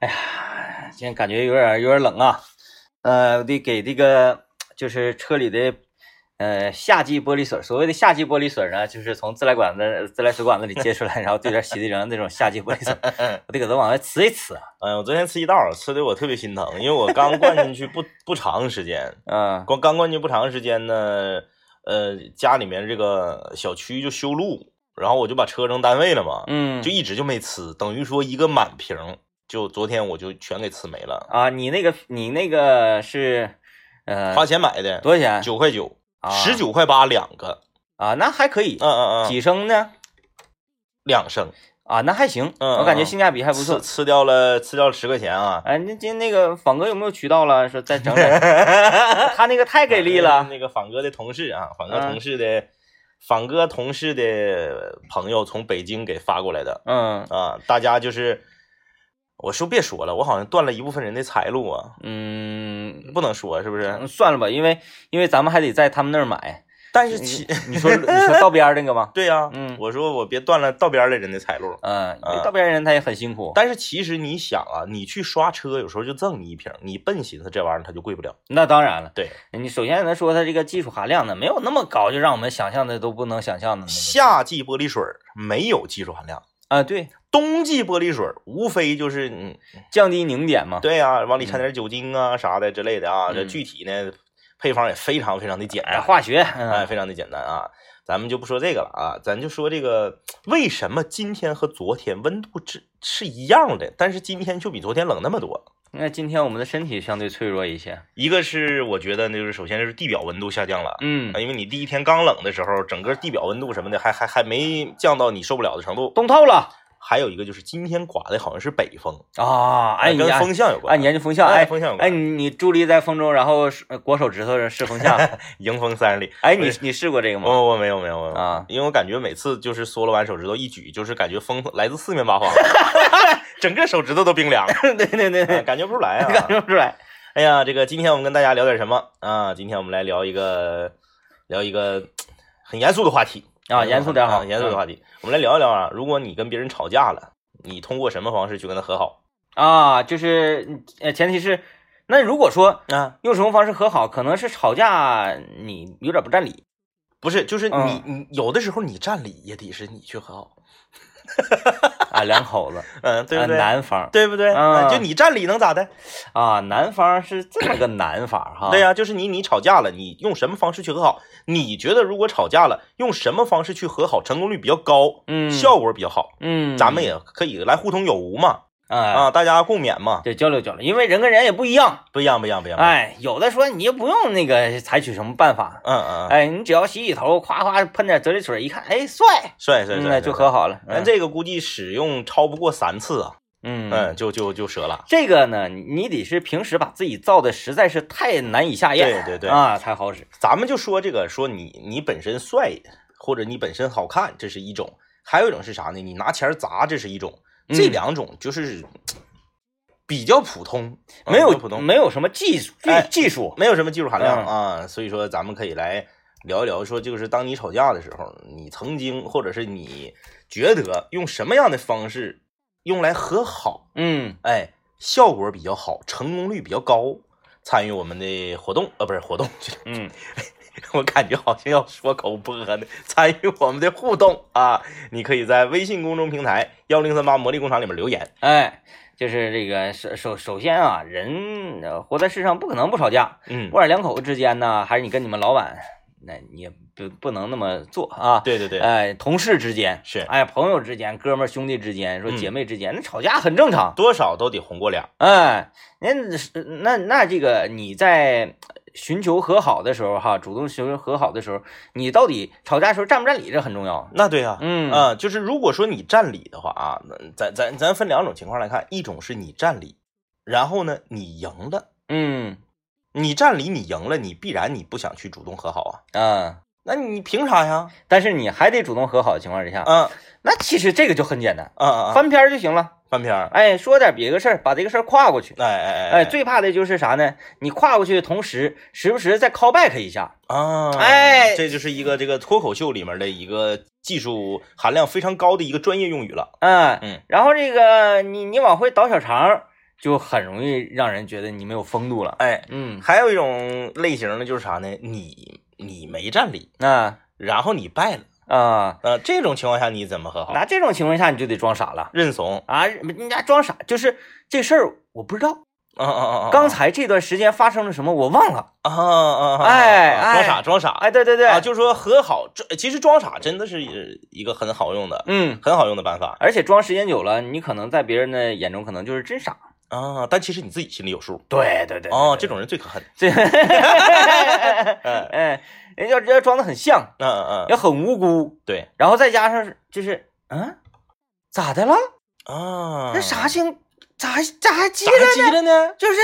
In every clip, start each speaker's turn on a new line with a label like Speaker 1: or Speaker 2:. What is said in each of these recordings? Speaker 1: 哎呀，今天感觉有点有点冷啊，呃，我得给这个就是车里的呃夏季玻璃水，所谓的夏季玻璃水呢，就是从自来管子、自来水管子里接出来，然后兑点洗涤灵那种夏季玻璃 水，我得给它往外呲一呲。啊
Speaker 2: 嗯，我昨天吃一道，吃的我特别心疼，因为我刚灌进去不不长时间，
Speaker 1: 嗯
Speaker 2: 光刚灌进去不长时间呢，呃，家里面这个小区就修路，然后我就把车扔单位了嘛，
Speaker 1: 嗯
Speaker 2: 就，一直就没吃，等于说一个满瓶，就昨天我就全给吃没了，
Speaker 1: 啊，你那个你那个是呃
Speaker 2: 花钱买的，
Speaker 1: 多少钱？
Speaker 2: 九块九，
Speaker 1: 啊
Speaker 2: 十九块八两个，
Speaker 1: 啊，那还可以，
Speaker 2: 嗯嗯嗯，
Speaker 1: 几升呢？
Speaker 2: 两升，
Speaker 1: 啊，那还行，
Speaker 2: 嗯
Speaker 1: 我感觉
Speaker 2: 嗯
Speaker 1: 性价比还
Speaker 2: 还
Speaker 1: 不错。
Speaker 2: 吃掉了吃掉了十块钱啊，
Speaker 1: 哎，那今那个仿哥有没有渠道了？说再整整， 他那个太给力了。
Speaker 2: 啊那个仿哥的同事啊，仿哥
Speaker 1: 嗯
Speaker 2: 同事的，仿哥同事的朋友从北京给发过来的
Speaker 1: 嗯
Speaker 2: 啊，大家就是，我说别说了，我好像断了一部分人的财路啊，
Speaker 1: 嗯，
Speaker 2: 不能说是不是？
Speaker 1: 算了吧，因为因为咱们还得在他们那儿买。
Speaker 2: 但是
Speaker 1: 你
Speaker 2: 其？
Speaker 1: 你说你说道边儿那个吗
Speaker 2: 对呀、
Speaker 1: 嗯
Speaker 2: 我说我别断了道边儿的人的财路。
Speaker 1: 嗯，因为
Speaker 2: 啊
Speaker 1: 道边儿人他也很辛苦，
Speaker 2: 但是其实你想啊，你去刷车有时候就赠你一瓶，你笨寻思这玩意儿它就贵不了。
Speaker 1: 那当然了。
Speaker 2: 对，
Speaker 1: 你首先咱说它这个技术含量呢，没有那么高，就让我们想象的都不能想象的那种。
Speaker 2: 夏季玻璃水儿没有技术含量，
Speaker 1: 啊，对，
Speaker 2: 冬季玻璃水儿无非就是嗯
Speaker 1: 降低凝点嘛。
Speaker 2: 对呀、往里掺点酒精啊啥的之类的啊。这
Speaker 1: 嗯
Speaker 2: 具体呢，配方也非常非常的简
Speaker 1: 哎，
Speaker 2: 单，
Speaker 1: 化学，
Speaker 2: 哎，
Speaker 1: 嗯
Speaker 2: 非常的简单啊。咱们就不说这个了啊，咱就说这个为什么今天和昨天温度是是一样的，但是今天就比昨天冷那么多。
Speaker 1: 那今天我们的身体相对脆弱一些。
Speaker 2: 一个是我觉得呢，就是首先就是地表温度下降了。
Speaker 1: 嗯
Speaker 2: 啊，，因为你第一天刚冷的时候，整个地表温度什么的还还还没降到你受不了的程度。
Speaker 1: 冻透了
Speaker 2: 还有一个就是今天刮的好像是北风，
Speaker 1: 啊！哎，你
Speaker 2: 跟
Speaker 1: 哎
Speaker 2: 风向有
Speaker 1: 哎，
Speaker 2: 关，
Speaker 1: 你研究风向，
Speaker 2: 哎
Speaker 1: 哎
Speaker 2: 风向有
Speaker 1: 哎，
Speaker 2: 关，
Speaker 1: 你你伫立在风中，然后是呃裹手指头试风 向。
Speaker 2: 迎风三十里。哦
Speaker 1: 哎，你你试过这个吗？
Speaker 2: 我我没有没有没有
Speaker 1: 啊
Speaker 2: 因为我感觉每次就是缩了完手指头一举，就是感觉风来自四 面八方，整个手指头都冰凉，
Speaker 1: 对对对
Speaker 2: 哎
Speaker 1: 对，
Speaker 2: 感觉不出来
Speaker 1: 感
Speaker 2: 啊。
Speaker 1: 受不出来。
Speaker 2: 哎呀，这个今天我们跟大家聊点什么啊？今天我们来聊一个聊一个很严肃的话题
Speaker 1: 啊严肃点好
Speaker 2: 啊严肃的话题。我们来聊一聊啊，如果你跟别人吵架了，你通过什么方式去跟他和好
Speaker 1: 啊，就是呃，前提是，那如果说
Speaker 2: 啊？
Speaker 1: 用什么方式和好，可能是吵架，你有点不占理。
Speaker 2: 不是，就是你、
Speaker 1: 嗯
Speaker 2: 你有的时候你占理也得是你去和好，
Speaker 1: 啊，两口子，
Speaker 2: 嗯， 对不对？
Speaker 1: 啊、男方
Speaker 2: 对不对？嗯
Speaker 1: 啊
Speaker 2: 就你占理能咋的？
Speaker 1: 啊，男方是这么个男法哈。
Speaker 2: 对、呀、就是你你吵架了，你用什么方式去和好？你觉得如果吵架了，用什么方式去和好，成功率比较高，
Speaker 1: 嗯，
Speaker 2: 效果比较好？
Speaker 1: 嗯，
Speaker 2: 咱们也可以来互通有无嘛，
Speaker 1: 啊，
Speaker 2: 啊，大家共勉嘛，
Speaker 1: 对，交流交流，因为人跟人也不一样。
Speaker 2: 不一样，不一样，不一样。，
Speaker 1: 哎，有的说你也不用那个采取什么办法，
Speaker 2: 嗯嗯，嗯，
Speaker 1: 哎，你只要洗洗头，夸夸喷点啫喱水，一看，哎，帅，
Speaker 2: 帅帅
Speaker 1: 嗯
Speaker 2: 帅，
Speaker 1: 那就和
Speaker 2: 好。
Speaker 1: 好了。
Speaker 2: 咱
Speaker 1: 嗯，
Speaker 2: 这个估计使用超不过三次啊，
Speaker 1: 嗯
Speaker 2: 嗯，就就就折了。
Speaker 1: 这个呢，你得是平时把自己造的实在是太难以下咽，
Speaker 2: 对对对
Speaker 1: 啊，才好使。
Speaker 2: 咱们就说这个，说你你本身帅或者你本身好看，这是一种；还有一种是啥呢？你拿钱砸，这是一种。
Speaker 1: 嗯
Speaker 2: 这两种就是比较普通，啊
Speaker 1: 没
Speaker 2: 比
Speaker 1: 有
Speaker 2: 较普通，
Speaker 1: 没有什么技术技
Speaker 2: 哎
Speaker 1: 技术，
Speaker 2: 没有什么技术含量
Speaker 1: 嗯
Speaker 2: 啊，所以说咱们可以来聊一聊，说就是当你吵架的时候，你曾经或者是你觉得用什么样的方式用来和好，
Speaker 1: 嗯
Speaker 2: 哎，效果比较好，成功率比较高。参与我们的活动，呃，不是活动， 就是
Speaker 1: 嗯，
Speaker 2: 我感觉好像要说口播呢。参与我们的互动啊，你可以在微信公众平台幺零三八魔力工厂里面留言。
Speaker 1: 哎，就是这个首首首先啊，人呃活在世上不可能不吵架，
Speaker 2: 嗯
Speaker 1: 不，管两口子之间呢，还是你跟你们老板，那你也不不能那么做啊。
Speaker 2: 对对对，
Speaker 1: 哎，同事之间
Speaker 2: 是
Speaker 1: 哎，朋友之间，哥们儿兄弟之间，说
Speaker 2: 嗯
Speaker 1: 姐妹之间，那吵架很正常。
Speaker 2: 多少都得红过脸儿。
Speaker 1: 哎，那那那这个你在寻求和好的时候哈，主动寻求和好的时候，你到底吵架的时候占不占理，这很重要。
Speaker 2: 那对啊，
Speaker 1: 嗯
Speaker 2: 啊，就是如果说你占理的话啊，那咱咱咱分两种情况来看，一种是你占理，然后呢你赢了，
Speaker 1: 嗯
Speaker 2: 你占理你赢了，你必然你不想去主动和好啊，
Speaker 1: 啊，
Speaker 2: 那你凭啥呀？
Speaker 1: 但是你还得主动和好的情况之下，
Speaker 2: 啊
Speaker 1: 那其实这个就很简单，
Speaker 2: 啊啊啊，
Speaker 1: 翻篇儿就行了。
Speaker 2: 翻篇儿，
Speaker 1: 哎，说点别个事儿，把这个事儿跨过去。
Speaker 2: 哎哎
Speaker 1: 哎，最怕的就是啥呢？你跨过去的同时，时不时再 call back 一下。
Speaker 2: 啊，
Speaker 1: 哎
Speaker 2: 这就是一个这个脱口秀里面的一个技术含量非常高的一个专业用语了。
Speaker 1: 嗯
Speaker 2: 嗯
Speaker 1: 然后这个你你往回倒小肠儿，就很容易让人觉得你没有风度了。
Speaker 2: 哎，
Speaker 1: 嗯，
Speaker 2: 还有一种类型呢，就是啥呢？你你没占理，
Speaker 1: 那
Speaker 2: 然后你败了，
Speaker 1: 啊，
Speaker 2: 呃，这种情况下你怎么和好？
Speaker 1: 那这种情况下你就得装傻了
Speaker 2: 认怂，
Speaker 1: 啊！人家装傻就是这事儿我不知道，
Speaker 2: 啊啊啊啊！
Speaker 1: 刚才这段时间发生了什么我忘了。
Speaker 2: 啊啊啊！
Speaker 1: 哎
Speaker 2: 啊装
Speaker 1: 哎
Speaker 2: 傻装傻，
Speaker 1: 哎，对对对，
Speaker 2: 啊，就是说和好，这其实装傻真的是呃一个很好用的，
Speaker 1: 嗯，
Speaker 2: 很好用的办法
Speaker 1: 而且装时间久了，你可能在别人的眼中可能就是真傻。
Speaker 2: 啊。但其实你自己心里有数。
Speaker 1: 对对对
Speaker 2: 哦，这
Speaker 1: 这
Speaker 2: 种人最可恨。
Speaker 1: 这，
Speaker 2: 嗯
Speaker 1: 哎，人家要装的很像，
Speaker 2: 嗯嗯嗯，
Speaker 1: 要很无辜，
Speaker 2: 对
Speaker 1: 然后再加上就是，嗯，咋的了？
Speaker 2: 啊，
Speaker 1: 那啥情，咋还咋还急
Speaker 2: 咋
Speaker 1: 了
Speaker 2: 还急
Speaker 1: 呢？
Speaker 2: 了呢？
Speaker 1: 就是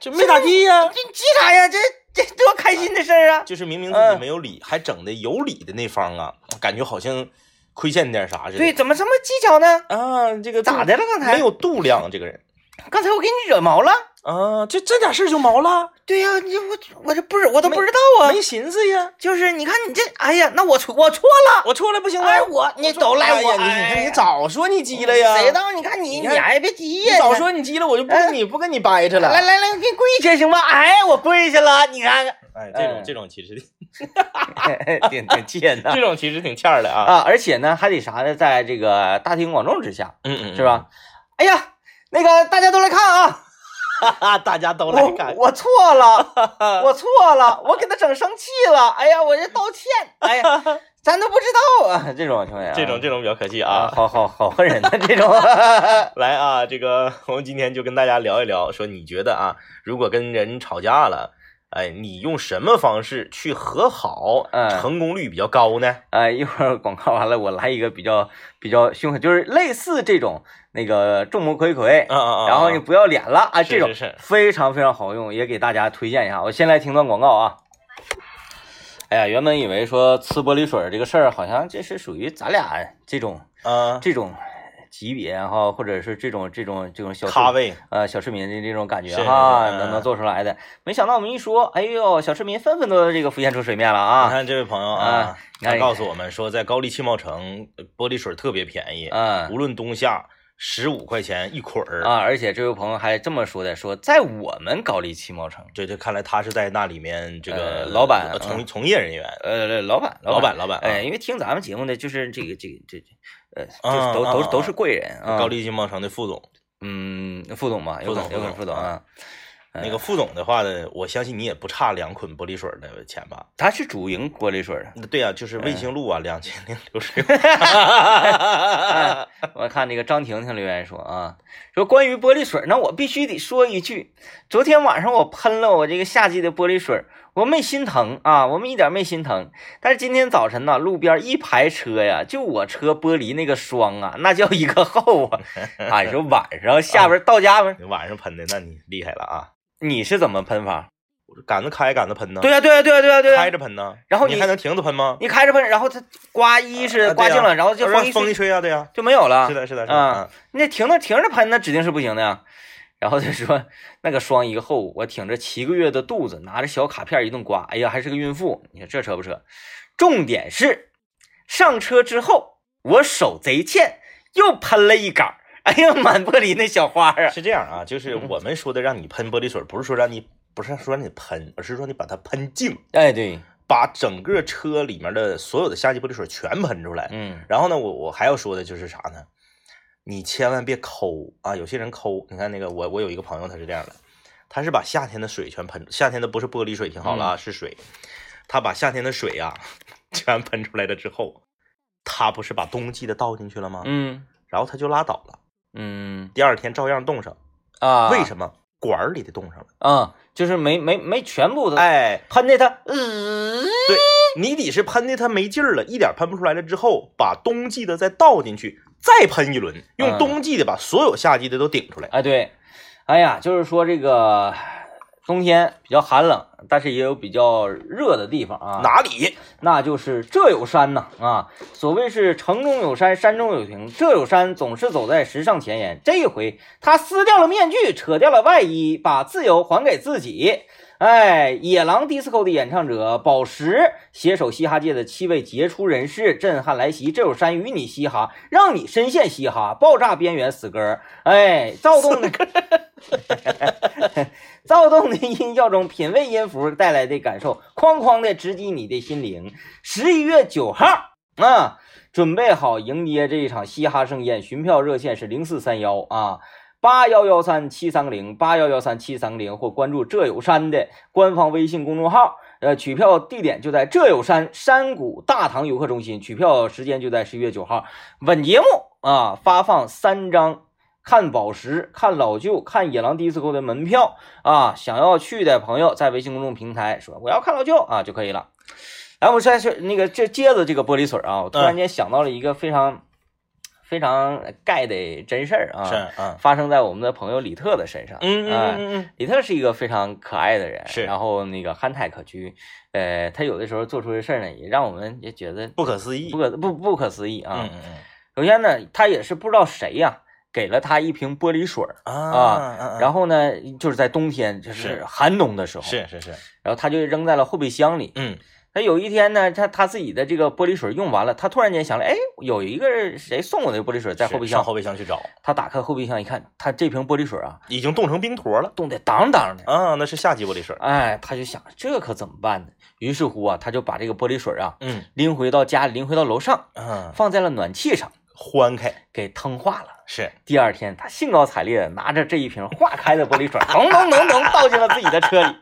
Speaker 2: 这没咋地呀。
Speaker 1: 这急啥呀？这这多开心的事儿啊！
Speaker 2: 就是明明自己没有理，还整的有理的那方啊，感觉好像亏欠你点啥似的。
Speaker 1: 对，怎么这么技巧呢？
Speaker 2: 啊，这个
Speaker 1: 咋的了？刚
Speaker 2: 没
Speaker 1: 才
Speaker 2: 有度量，这个人
Speaker 1: 刚才我给你惹毛了？
Speaker 2: 啊，这这点事儿就毛了，
Speaker 1: 对呀、你我我这不是我都不知道啊。
Speaker 2: 没寻思呀。
Speaker 1: 就是你看你这，哎呀，那我错我错了，
Speaker 2: 我错了不行啊吗
Speaker 1: 哎？我你都赖我，
Speaker 2: 哎呀你
Speaker 1: 哎
Speaker 2: 看
Speaker 1: 呀
Speaker 2: 你早说你急了呀！
Speaker 1: 谁知道？你看你
Speaker 2: 你
Speaker 1: 你
Speaker 2: 看
Speaker 1: 哎别急
Speaker 2: 你
Speaker 1: 呀，
Speaker 2: 早
Speaker 1: 看
Speaker 2: 说你急了，我就不跟你不跟你掰扯了。
Speaker 1: 来来来，我给你跪下行吗？哎，我跪下了，你看
Speaker 2: 哎，这
Speaker 1: 哎
Speaker 2: 种这种其实
Speaker 1: 看，挺挺贱 的
Speaker 2: 这种其实挺欠儿的啊。
Speaker 1: 啊！而且呢，还得啥呢？在这个大庭广众之下，
Speaker 2: 嗯嗯，
Speaker 1: 是？吧？哎呀，那个大家都来看啊，
Speaker 2: 大家都来
Speaker 1: 我
Speaker 2: 看。
Speaker 1: 我错 了，我错了，我给他整生气了，哎呀，我这道歉，哎 呀，咱都不知道啊， 这种情况下，
Speaker 2: 这种这种比较可惜
Speaker 1: 啊，
Speaker 2: 啊。
Speaker 1: 好好好恨人的这 种，
Speaker 2: 来啊，这个我们今天就跟大家聊一聊，说你觉得啊，如果跟人吵架了，哎，你用什么方式去和好，
Speaker 1: 嗯
Speaker 2: 成功率比较高呢？
Speaker 1: 呃，一会儿广告完了，我来一个比较比较凶狠，就是类似这种那个众目睽睽，
Speaker 2: 啊啊啊！
Speaker 1: 然后你不要脸了啊，
Speaker 2: 是
Speaker 1: 这种
Speaker 2: 是是
Speaker 1: 非常非常好用，也给大家推荐一下。我先来听段广告啊。哎呀，原本以为说呲玻璃水儿这个事儿，好像这是属于咱俩这种
Speaker 2: 啊，
Speaker 1: 这种级别啊哈，或者是这种这种这种小
Speaker 2: 咖
Speaker 1: 市
Speaker 2: 位
Speaker 1: 呃小市民的这种感觉
Speaker 2: 是
Speaker 1: 哈，
Speaker 2: 是嗯是
Speaker 1: 能能做出来的。没想到我们一说，哎呦，小市民纷纷都这个浮现出水面了
Speaker 2: 你
Speaker 1: 啊。
Speaker 2: 看这位朋友
Speaker 1: 啊
Speaker 2: 啊，
Speaker 1: 你看
Speaker 2: 他告诉我们说，在高丽汽贸城呃玻璃水特别便宜，
Speaker 1: 嗯
Speaker 2: 无论冬夏，十五块钱一捆儿。
Speaker 1: 啊，而且这位朋友还这么说的，说在我们高丽汽贸城，
Speaker 2: 这这看来他是在那里面这
Speaker 1: 呃
Speaker 2: 个
Speaker 1: 老板
Speaker 2: 呃从
Speaker 1: 嗯
Speaker 2: 从业人员，
Speaker 1: 呃，老板，
Speaker 2: 老
Speaker 1: 板
Speaker 2: 板，，老板，
Speaker 1: 哎，，因为听咱们节目的就是这个这个这这，呃，
Speaker 2: 啊
Speaker 1: 就是都
Speaker 2: 啊
Speaker 1: 都
Speaker 2: 啊
Speaker 1: 都是贵人啊。
Speaker 2: 高，丽金贸城的副总。
Speaker 1: 嗯，副总吧，有
Speaker 2: 副
Speaker 1: 可
Speaker 2: 总
Speaker 1: 能有可能
Speaker 2: 副
Speaker 1: 副
Speaker 2: 总
Speaker 1: 总啊，
Speaker 2: 那个副总的话呢，我相信你也不差两捆玻璃水的钱吧？
Speaker 1: 他是主营玻璃水儿的。
Speaker 2: 对呀、就是卫星路啊，两千零六十。
Speaker 1: 哎我看那个张婷婷留言说啊，说关于玻璃水儿，那我必须得说一句，昨天晚上我喷了我这个夏季的玻璃水儿，我没心疼啊，我们一点没心疼。但是今天早晨呢，路边一排车呀，就我车玻璃那个霜啊，那叫一个厚 啊！啊，你说晚上下边到家门，
Speaker 2: 你晚上喷的，那你厉害了啊！
Speaker 1: 你是怎么喷法？
Speaker 2: 我说杆子开，杆子喷呢？
Speaker 1: 对呀、对呀、对呀、对呀、对呀、
Speaker 2: 嗯开着喷呢。
Speaker 1: 然后
Speaker 2: 你
Speaker 1: 你
Speaker 2: 还能停着喷吗？
Speaker 1: 你开着喷，然后它刮一
Speaker 2: 啊对
Speaker 1: 是
Speaker 2: 呀
Speaker 1: 刮净了，然后就
Speaker 2: 让
Speaker 1: 风一
Speaker 2: 风一
Speaker 1: 吹
Speaker 2: 吹啊，对呀、
Speaker 1: 就没有了。
Speaker 2: 是的，是的，是的。
Speaker 1: 啊
Speaker 2: 啊
Speaker 1: 那停着停着喷，那指定是不行的呀。然后他说那个霜一个厚，我挺着七个月的肚子，拿着小卡片一顿刮，哎呀，还是个孕妇，你说这扯不扯？重点是上车之后，我手贼欠，又喷了一杆儿，哎呀，满玻璃那小花儿啊，
Speaker 2: 是这样啊，就是我们说的让你喷玻璃水，不是说让你，不是说让你喷，而是说你把它喷净，
Speaker 1: 哎，对，
Speaker 2: 把整个车里面的所有的夏季玻璃水全喷出来。
Speaker 1: 嗯
Speaker 2: 然后呢，我我还要说的就是啥呢？你千万别抠啊！有些人抠，你看那个我我有一个朋友，他是这样的，他是把夏天的水全喷，夏天的不是玻璃水，挺好了啊，
Speaker 1: 嗯
Speaker 2: 是水。他把夏天的水啊 全喷出来了之后，他不是把冬季的倒进去了吗？
Speaker 1: 嗯
Speaker 2: 然后他就拉倒了，
Speaker 1: 嗯
Speaker 2: 第二天照样冻上。
Speaker 1: 啊，
Speaker 2: 为什么？管儿里的冻上了。
Speaker 1: 啊？就是没没没全部的，，
Speaker 2: 哎，
Speaker 1: 喷的它，嗯、
Speaker 2: 你得是喷的它没劲儿了，一点喷不出来了之后，把冬季的再倒进去，再喷一轮，用
Speaker 1: 嗯
Speaker 2: 冬季的把所有夏季的都顶出来。
Speaker 1: 哎，对，哎呀，就是说这个冬天比较寒冷，但是也有比较热的地方啊。
Speaker 2: 哪里？
Speaker 1: 那就是这有山呐啊！所谓是城中有山，山中有亭，这有山总是走在时尚前沿。这一回，他撕掉了面具，扯掉了外衣，把自由还给自己。哎，野狼 disco 的演唱者宝石携手嘻哈界的七位杰出人士，震撼来袭。这有山与你嘻哈，让你深陷嘻哈，爆炸边缘死歌。哎，躁动的，躁动的音效中品味音符带来的感受，哐哐的直击你的心灵。十一月九号啊，准备好迎接这一场嘻哈盛宴，寻票热线是零四三幺啊。八幺幺三七三零八幺幺三七三零，或关注这有山的官方微信公众号。呃，取票地点就在这有山山谷大堂游客中心，取票时间就在十一月九号。本节目啊，发放三张看宝石、看老舅、看野狼 DISCO 的门票啊，想要去的朋友在微信公众平台说我要看老舅啊就可以了。然后我再说那个这接着这个玻璃水啊，我突然间想到了一个非常、非常盖的真事儿啊，
Speaker 2: 是啊，
Speaker 1: 发生在我们的朋友李特的身上。
Speaker 2: 嗯嗯
Speaker 1: 哎
Speaker 2: 嗯嗯
Speaker 1: 李特是一个非常可爱的人，
Speaker 2: 是
Speaker 1: 然后那个憨态可掬，呃，他有的时候做出的事儿呢，也让我们也觉得
Speaker 2: 不可思议
Speaker 1: 不，可不不可思议啊。
Speaker 2: 嗯嗯
Speaker 1: 首先呢，他也是不知道谁呀、给了他一瓶玻璃水儿，
Speaker 2: 嗯
Speaker 1: 啊
Speaker 2: 啊
Speaker 1: 然后呢，就是在冬天，就是是寒冬的时候，
Speaker 2: 是是是，
Speaker 1: 然后他就扔在了后备箱里。
Speaker 2: 嗯
Speaker 1: 他有一天呢，他他自己的这个玻璃水用完了，他突然间想了，哎，有一个谁送我的玻璃水在
Speaker 2: 是
Speaker 1: 后备
Speaker 2: 上
Speaker 1: 箱，
Speaker 2: 后备箱去找，
Speaker 1: 他打开后备箱一看，他这瓶玻璃水啊，
Speaker 2: 已经冻成冰坨了
Speaker 1: 冻得当当的。
Speaker 2: 啊，那是下级玻璃水，
Speaker 1: 哎，他就想这可怎么办呢？于是乎啊，他就把这个玻璃水啊
Speaker 2: 嗯
Speaker 1: 拎回到家里，拎回到楼上，
Speaker 2: 啊，
Speaker 1: 放在了暖气上，
Speaker 2: 欢开
Speaker 1: 给腾化了。
Speaker 2: 是
Speaker 1: 第二天，他兴高采烈的拿着这一瓶化开的玻璃水，咚咚咚咚倒进了自己的车里，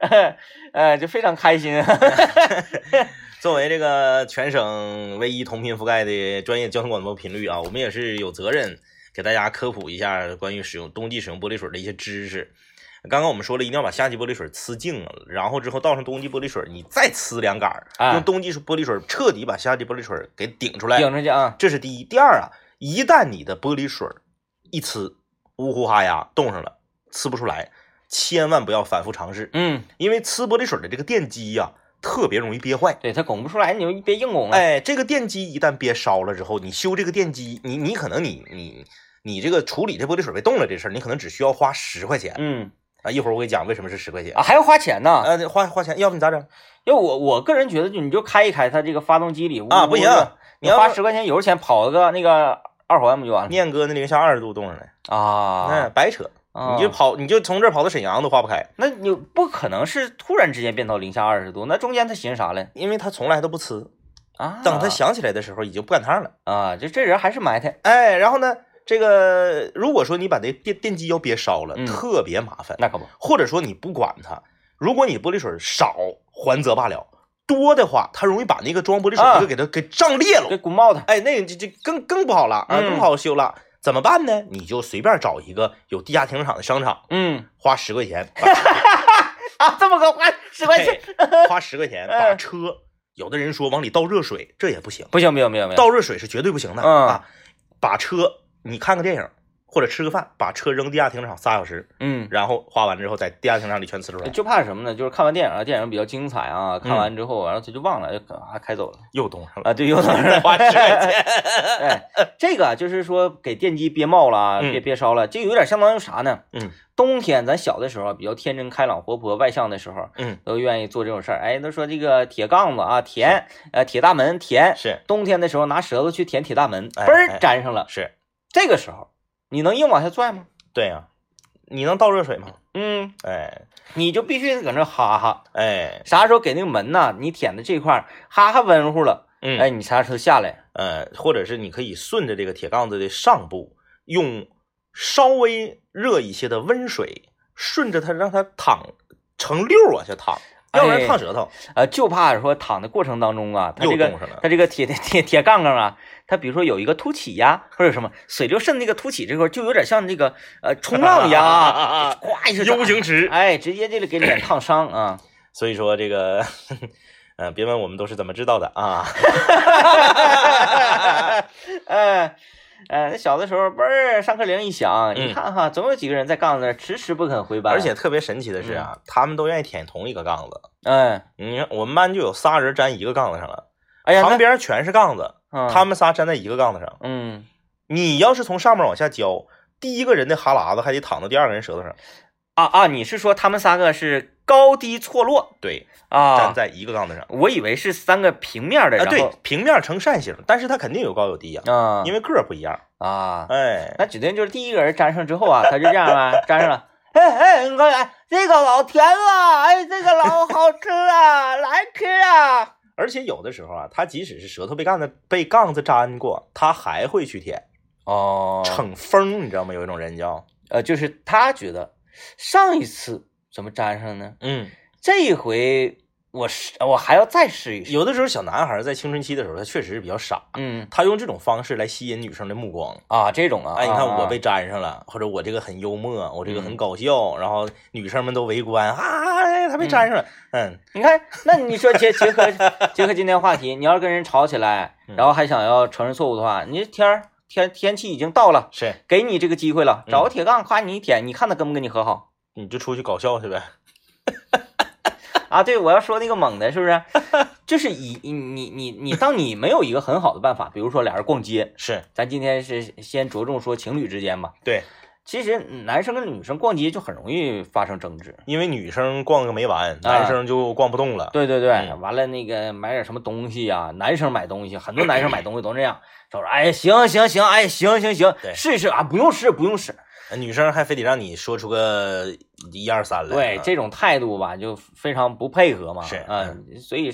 Speaker 1: 呃，就非常开心。
Speaker 2: 作为这个全省唯一同频覆盖的专业交通广播频率啊，我们也是有责任给大家科普一下关于使用冬季使用玻璃水的一些知识。刚刚我们说了，一定要把夏季玻璃水呲净了，然后之后倒上冬季玻璃水，你再呲两杆儿，
Speaker 1: 哎
Speaker 2: 用冬季玻璃水彻底把夏季玻璃水给顶出来。
Speaker 1: 顶出去啊，
Speaker 2: 这是第一。第二啊，一旦你的玻璃水儿一呲，呜呼哈呀冻上了，呲不出来，千万不要反复尝试，
Speaker 1: 嗯，
Speaker 2: 因为呲玻璃水的这个电机呀、特别容易憋坏。
Speaker 1: 对他拱不出来，你就别硬拱了。
Speaker 2: 哎，这个电机一旦憋烧了之后，你修这个电机，你你可能你你你这个处理这玻璃水被冻了这事儿，你可能只需要花十块钱
Speaker 1: 嗯
Speaker 2: 啊。一会儿我给你讲为什么是十块钱
Speaker 1: 啊，。还要花钱呢。
Speaker 2: 呃，花花钱，要不你咋整
Speaker 1: 因为我我个人觉得，就你就开一开它这个发动机里
Speaker 2: 啊？
Speaker 1: 呜
Speaker 2: 不行
Speaker 1: 呜的，你
Speaker 2: 你要
Speaker 1: 花
Speaker 2: 是
Speaker 1: 十块钱油钱跑个那个二环不就完了？
Speaker 2: 念哥那零下二十度冻上来，那
Speaker 1: 啊，
Speaker 2: 白扯，
Speaker 1: 啊
Speaker 2: 哎你就跑，你就从这儿跑到沈阳都花不开。
Speaker 1: 那你不可能是突然之间变到零下二十度，那中间他寻思啥嘞？
Speaker 2: 因为他从来都不呲，
Speaker 1: 啊，
Speaker 2: 等他想起来的时候已经不赶趟了。
Speaker 1: 啊，就这人还是埋汰。
Speaker 2: 哎，然后呢，这个如果说你把那电电机要憋烧了，
Speaker 1: 嗯
Speaker 2: 特别麻烦，
Speaker 1: 那可不，
Speaker 2: 或者说你不管它，如果你玻璃水少还则罢了，多的话，它容易把那个装玻璃水
Speaker 1: 啊
Speaker 2: 那个给它、给胀裂
Speaker 1: 给
Speaker 2: 了。
Speaker 1: 鼓冒他。
Speaker 2: 哎，那个就就更更不好了啊，
Speaker 1: 嗯
Speaker 2: 更不好修了。怎么办呢？你就随便找一个有地下停车场的商场，
Speaker 1: 嗯，
Speaker 2: 花十块钱，
Speaker 1: 啊，这么个花十块钱，
Speaker 2: 把花十块钱
Speaker 1: 哎
Speaker 2: 把车，有的人说往里倒热水，这也不行。
Speaker 1: 不行不行不行不行，
Speaker 2: 倒热水是绝对不行的、
Speaker 1: 嗯
Speaker 2: 啊！把车你看个电影或者吃个饭，把车扔地下停车场仨小时，
Speaker 1: 嗯。
Speaker 2: 然后花完之后在地下停车场里全呲出来，
Speaker 1: 就怕什么呢？就是看完电影啊，电影比较精彩啊，看完之后，然后他就忘了，就啊开走了
Speaker 2: 嗯又冻上了，
Speaker 1: 啊，对，有可能
Speaker 2: 再
Speaker 1: 是
Speaker 2: 花十块钱。
Speaker 1: 哎，这个啊就是说给电机憋冒了啊，
Speaker 2: 嗯
Speaker 1: 憋憋烧了，这有点相当于啥呢？
Speaker 2: 嗯，
Speaker 1: 冬天咱小的时候啊比较天真开朗、活泼、外向的时候，
Speaker 2: 嗯，
Speaker 1: 都愿意做这种事儿。哎，都说这个铁杠子啊，填，呃，铁大门填，
Speaker 2: 是
Speaker 1: 冬天的时候拿舌头去舔铁大门，
Speaker 2: 哎
Speaker 1: 嘣
Speaker 2: 哎
Speaker 1: 儿粘上了。
Speaker 2: 是，
Speaker 1: 这个时候你能硬往下拽吗？
Speaker 2: 对呀、你能倒热水吗？
Speaker 1: 嗯，
Speaker 2: 哎
Speaker 1: 你就必须搁那哈哈。
Speaker 2: 哎
Speaker 1: 啥时候给那个门呐，你舔的这块儿哈哈温乎了，
Speaker 2: 嗯
Speaker 1: 哎，你啥时候下来？
Speaker 2: 呃，或者是你可以顺着这个铁杠子的上部，用稍微热一些的温水，顺着它让它淌成溜儿往下淌，要不然
Speaker 1: 哎
Speaker 2: 烫舌头。
Speaker 1: 呃，就怕说躺的过程当中啊，它
Speaker 2: 又
Speaker 1: 这个
Speaker 2: 冻上了
Speaker 1: 它这个铁铁 铁铁杠杠啊，它比如说有一个凸起呀，或者什么水流渗那个凸起这块儿，就有点像这个呃冲浪一样啊，
Speaker 2: 呀，
Speaker 1: 咵一下
Speaker 2: ，U 型池。
Speaker 1: 哎，直接就给脸烫伤啊！
Speaker 2: 所以说这个，呃，别问我们都是怎么知道的 啊。
Speaker 1: 哎，呃，小的时候，嘣儿上课铃一响，
Speaker 2: 嗯
Speaker 1: 一看哈，总有几个人在杠子那儿迟迟不肯回班。
Speaker 2: 而且，特别神奇的是
Speaker 1: 嗯
Speaker 2: 啊，他们都愿意舔同一个杠子。
Speaker 1: 哎，
Speaker 2: 你看我们班就有仨人粘一个杠子上了，
Speaker 1: 哎呀，
Speaker 2: 旁边全是杠子，
Speaker 1: 那
Speaker 2: 他，们仨粘在一个杠子上。
Speaker 1: 嗯，
Speaker 2: 你要是从上面往下浇，第一个人的哈喇子还得淌到第二个人舌头上。
Speaker 1: 啊啊，你是说他们三个是高低错落
Speaker 2: 对，
Speaker 1: 啊
Speaker 2: 站。在一个杠子上。
Speaker 1: 我以为是三个平面的，
Speaker 2: 啊，
Speaker 1: 然
Speaker 2: 对
Speaker 1: 后，
Speaker 2: 平面呈扇形，但是它肯定有高有低呀、
Speaker 1: 啊，
Speaker 2: 因
Speaker 1: 为
Speaker 2: 为个儿不一样。
Speaker 1: 啊，
Speaker 2: 哎，
Speaker 1: 那指定就是第一个人粘上之后啊，他就这样啊，粘上了。哎哎，你看，哎，这个老甜了，哎，这个老好吃了，来吃啊！
Speaker 2: 而且有的时候啊，它即使是舌头被杠子被杠子粘过，它还会去舔，
Speaker 1: 哦，
Speaker 2: 逞疯，你知道吗？有一种人叫，
Speaker 1: 呃，就是他觉得上一次怎么粘上呢？
Speaker 2: 嗯，
Speaker 1: 这一回我试，我还要再试一试。
Speaker 2: 有的时候小男孩在青春期的时候，他确实是比较傻，
Speaker 1: 嗯
Speaker 2: 他用这种方式来吸引女生的目光。
Speaker 1: 啊，这种啊，
Speaker 2: 哎，你看
Speaker 1: 啊
Speaker 2: 我被粘上了，或者我这个很幽默，我这个很搞笑，然后女生们都围观啊，哎他被粘上了，嗯，
Speaker 1: 你看，那你说结结合 结合今天话题，你要是跟人吵起来，
Speaker 2: 嗯
Speaker 1: 然后还想要承认错误的话，你这天儿天天气已经到了，
Speaker 2: 是，
Speaker 1: 给你这个机会了，
Speaker 2: 嗯
Speaker 1: 找个铁杠，夸你一舔，你看他跟不跟你和好
Speaker 2: 你就出去搞笑去呗。
Speaker 1: 啊？对，我要说那个猛的，是 不是？就是以你你你你，当你没有一个很好的办法，比如说俩人逛街，
Speaker 2: 是
Speaker 1: 咱今天是先着重说情侣之间吧。
Speaker 2: 对，
Speaker 1: 其实男生跟女生逛街就很容易发生争执。
Speaker 2: 因为女生逛个没完，男生就逛不动了。
Speaker 1: 对对对，
Speaker 2: 嗯
Speaker 1: 完了那个买点什么东西呀、男生买东西，很多男生买东西都这样，他说哎行行行，哎行行行
Speaker 2: 对，
Speaker 1: 试一试啊，不用试不用试，
Speaker 2: 女生还非得让你说出个一二三来。
Speaker 1: 对
Speaker 2: 啊
Speaker 1: 这种态度吧，就非常不配合嘛，
Speaker 2: 是
Speaker 1: 嗯，所以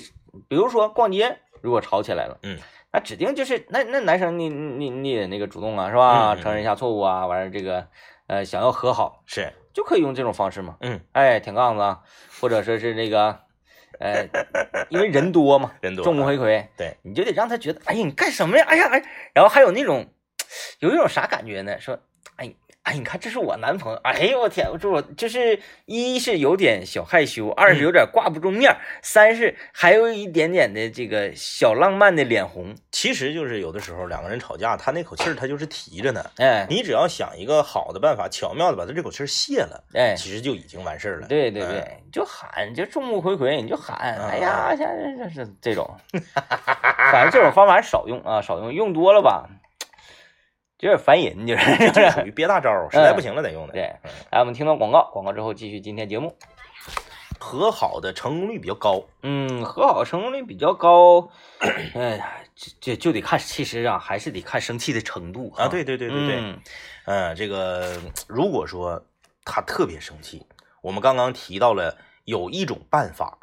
Speaker 1: 比如说逛街，如果吵起来了，
Speaker 2: 嗯，
Speaker 1: 那指定就是那那男生你你你得那个主动啊，是吧？
Speaker 2: 嗯嗯嗯
Speaker 1: 承认一下错误啊，完了这个呃想要和好，
Speaker 2: 是，
Speaker 1: 就可以用这种方式嘛，
Speaker 2: 嗯，
Speaker 1: 哎舔杠子啊，或者说是那个呃，因为人多嘛，
Speaker 2: 人多
Speaker 1: 众目睽睽，
Speaker 2: 对，
Speaker 1: 你就得让他觉得，哎呀，你干什么呀？哎呀，哎，然后还有那种，有一种啥感觉呢？说，哎，哎，你看这是我男朋友，哎呦我天，这我就是一是有点小害羞，二是有点挂不住面儿，
Speaker 2: 嗯
Speaker 1: 三是还有一点点的这个小浪漫的脸红，
Speaker 2: 其实就是有的时候两个人吵架，他那口气儿他就是提着呢。
Speaker 1: 哎
Speaker 2: 你只要想一个好的办法，巧妙的把他这口气儿泄了，
Speaker 1: 哎，
Speaker 2: 其实就已经完事儿了。
Speaker 1: 对对
Speaker 2: 嗯，
Speaker 1: 对，你就喊，你就众目睽睽，你就喊，
Speaker 2: 嗯
Speaker 1: 哎呀，像这这这这 种，反正这种方法少用啊，少用，用多了吧，有点烦人，就是就是。
Speaker 2: 这属于憋大招 儿，实在不行了得用的。
Speaker 1: 对
Speaker 2: 嗯，
Speaker 1: 来，我们听到广告，广告之后继续今天节目。
Speaker 2: 和好的成功率比较高。
Speaker 1: 嗯，和好成功率比较 高，哎呀，这这就得看，其实啊，还是得看生气的程度
Speaker 2: 啊，对对对对对，
Speaker 1: 嗯
Speaker 2: 嗯，这个如果说他特别生气，我们刚刚提到了有一种办法，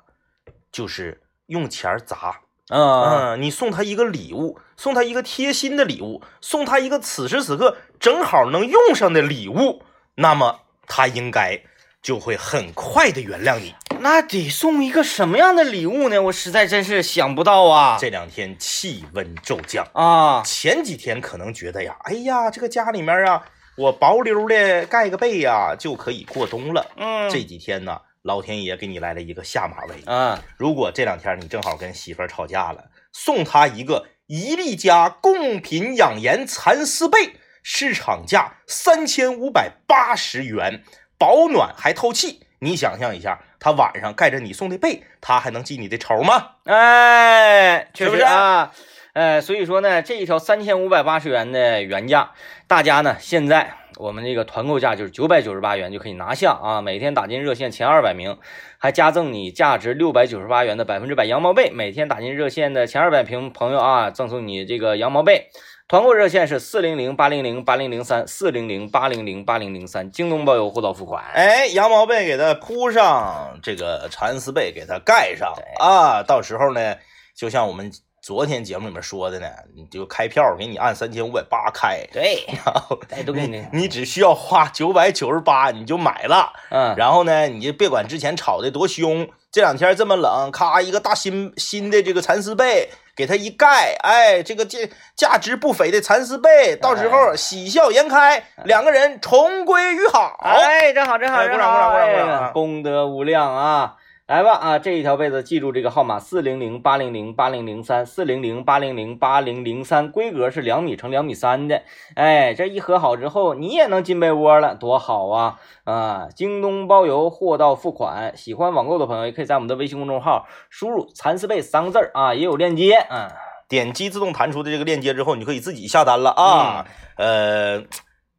Speaker 2: 就是用钱儿砸。
Speaker 1: 啊，
Speaker 2: 嗯，你送他一个礼物，送他一个贴心的礼物，送他一个此时此刻正好能用上的礼物，那么他应该就会很快的原谅你。
Speaker 1: 那得送一个什么样的礼物呢？我实在真是想不到啊
Speaker 2: 这两天气温骤降，
Speaker 1: 啊，
Speaker 2: 前几天可能觉得呀，哎呀，这个家里面啊，我薄溜的盖个被呀、就可以过冬了。
Speaker 1: 嗯，
Speaker 2: 这几天呢，老天爷给你来了一个下马威。
Speaker 1: 啊，
Speaker 2: 如果这两天你正好跟媳妇儿吵架了，送她一个一粒家贡品养颜蚕丝被，市场价三千五百八十元，保暖还透气。你想象一下，她晚上盖着你送的被，她还能记你的仇吗？
Speaker 1: 哎，确
Speaker 2: 是不
Speaker 1: 实
Speaker 2: 是
Speaker 1: 啊，呃，所以说呢，这一条三千五百八十元的原价，大家呢现在我们这个团购价就是九百九十八元就可以拿下啊！每天打进热线前二百名，还加赠你价值六百九十八元的百分之百羊毛被，每天打进热线的前二百名朋友啊，赠送你这个羊毛被。团购热线是四零零八零零八零零三四零零八零零八零零三，京东包邮，货到付款。
Speaker 2: 哎，羊毛被给它铺上，这个蚕丝被给它盖上啊。到时候呢，就像我们昨天节目里面说的呢，你就开票给你按三千五百八开，
Speaker 1: 对，
Speaker 2: 然后
Speaker 1: 哎，都给你，
Speaker 2: 你只需要花九百九十八你就买了。
Speaker 1: 嗯，
Speaker 2: 然后呢，你就别管之前吵的多凶，这两天这么冷，咔一个大新新的这个蚕丝被给它一盖，哎，这个价价值不菲的蚕丝被，到时
Speaker 1: 哎
Speaker 2: 候喜笑颜开，两个人重归于好。
Speaker 1: 哎，正好正好
Speaker 2: 哎
Speaker 1: 正
Speaker 2: 鼓
Speaker 1: 好，
Speaker 2: 掌鼓掌鼓掌鼓掌
Speaker 1: 哎
Speaker 2: 啊
Speaker 1: 功德无量啊！来吧啊，这一条被子记住这个号码四零零八零零八零零三四零零八零零八零零三，规格是两米乘两米三的。哎，这一合好之后，你也能进被窝了，多好啊！啊，京东包邮，货到付款。喜欢网购的朋友也可以在我们的微信公众号输入“蚕丝被”三个字儿啊，也有链接。嗯，嗯
Speaker 2: 点击自动弹出的这个链接之后，你可以自己下单了啊。呃，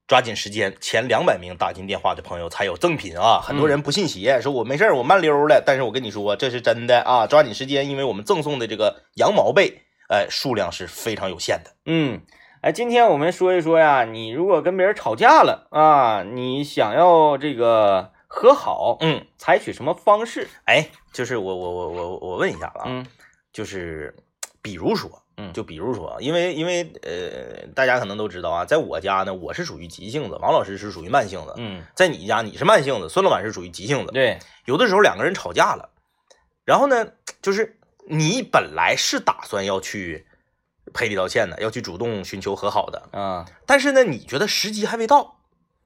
Speaker 2: 抓紧时间，前两百名打进电话的朋友才有赠品啊！很多
Speaker 1: 嗯
Speaker 2: 人不信邪，说我没事儿，我慢溜儿了。但是我跟你说，这是真的啊！抓紧时间，因为我们赠送的这个羊毛被，哎、数量是非常有限的。
Speaker 1: 嗯，哎，今天我们说一说呀，你如果跟别人吵架了啊，你想要这个和好，
Speaker 2: 嗯，
Speaker 1: 采取什么方式？
Speaker 2: 哎，就是我我我我我问一下啊，
Speaker 1: 嗯
Speaker 2: 就是比如说，
Speaker 1: 嗯
Speaker 2: 就比如说，因为因为呃，大家可能都知道啊，在我家呢，我是属于急性子，王老师是属于慢性子，
Speaker 1: 嗯，
Speaker 2: 在你家你是慢性子，孙老板是属于急性子。
Speaker 1: 对，
Speaker 2: 有的时候两个人吵架了，然后呢，就是你本来是打算要去赔礼道歉的，要去主动寻求和好的，
Speaker 1: 啊
Speaker 2: 但是呢，你觉得时机还未到，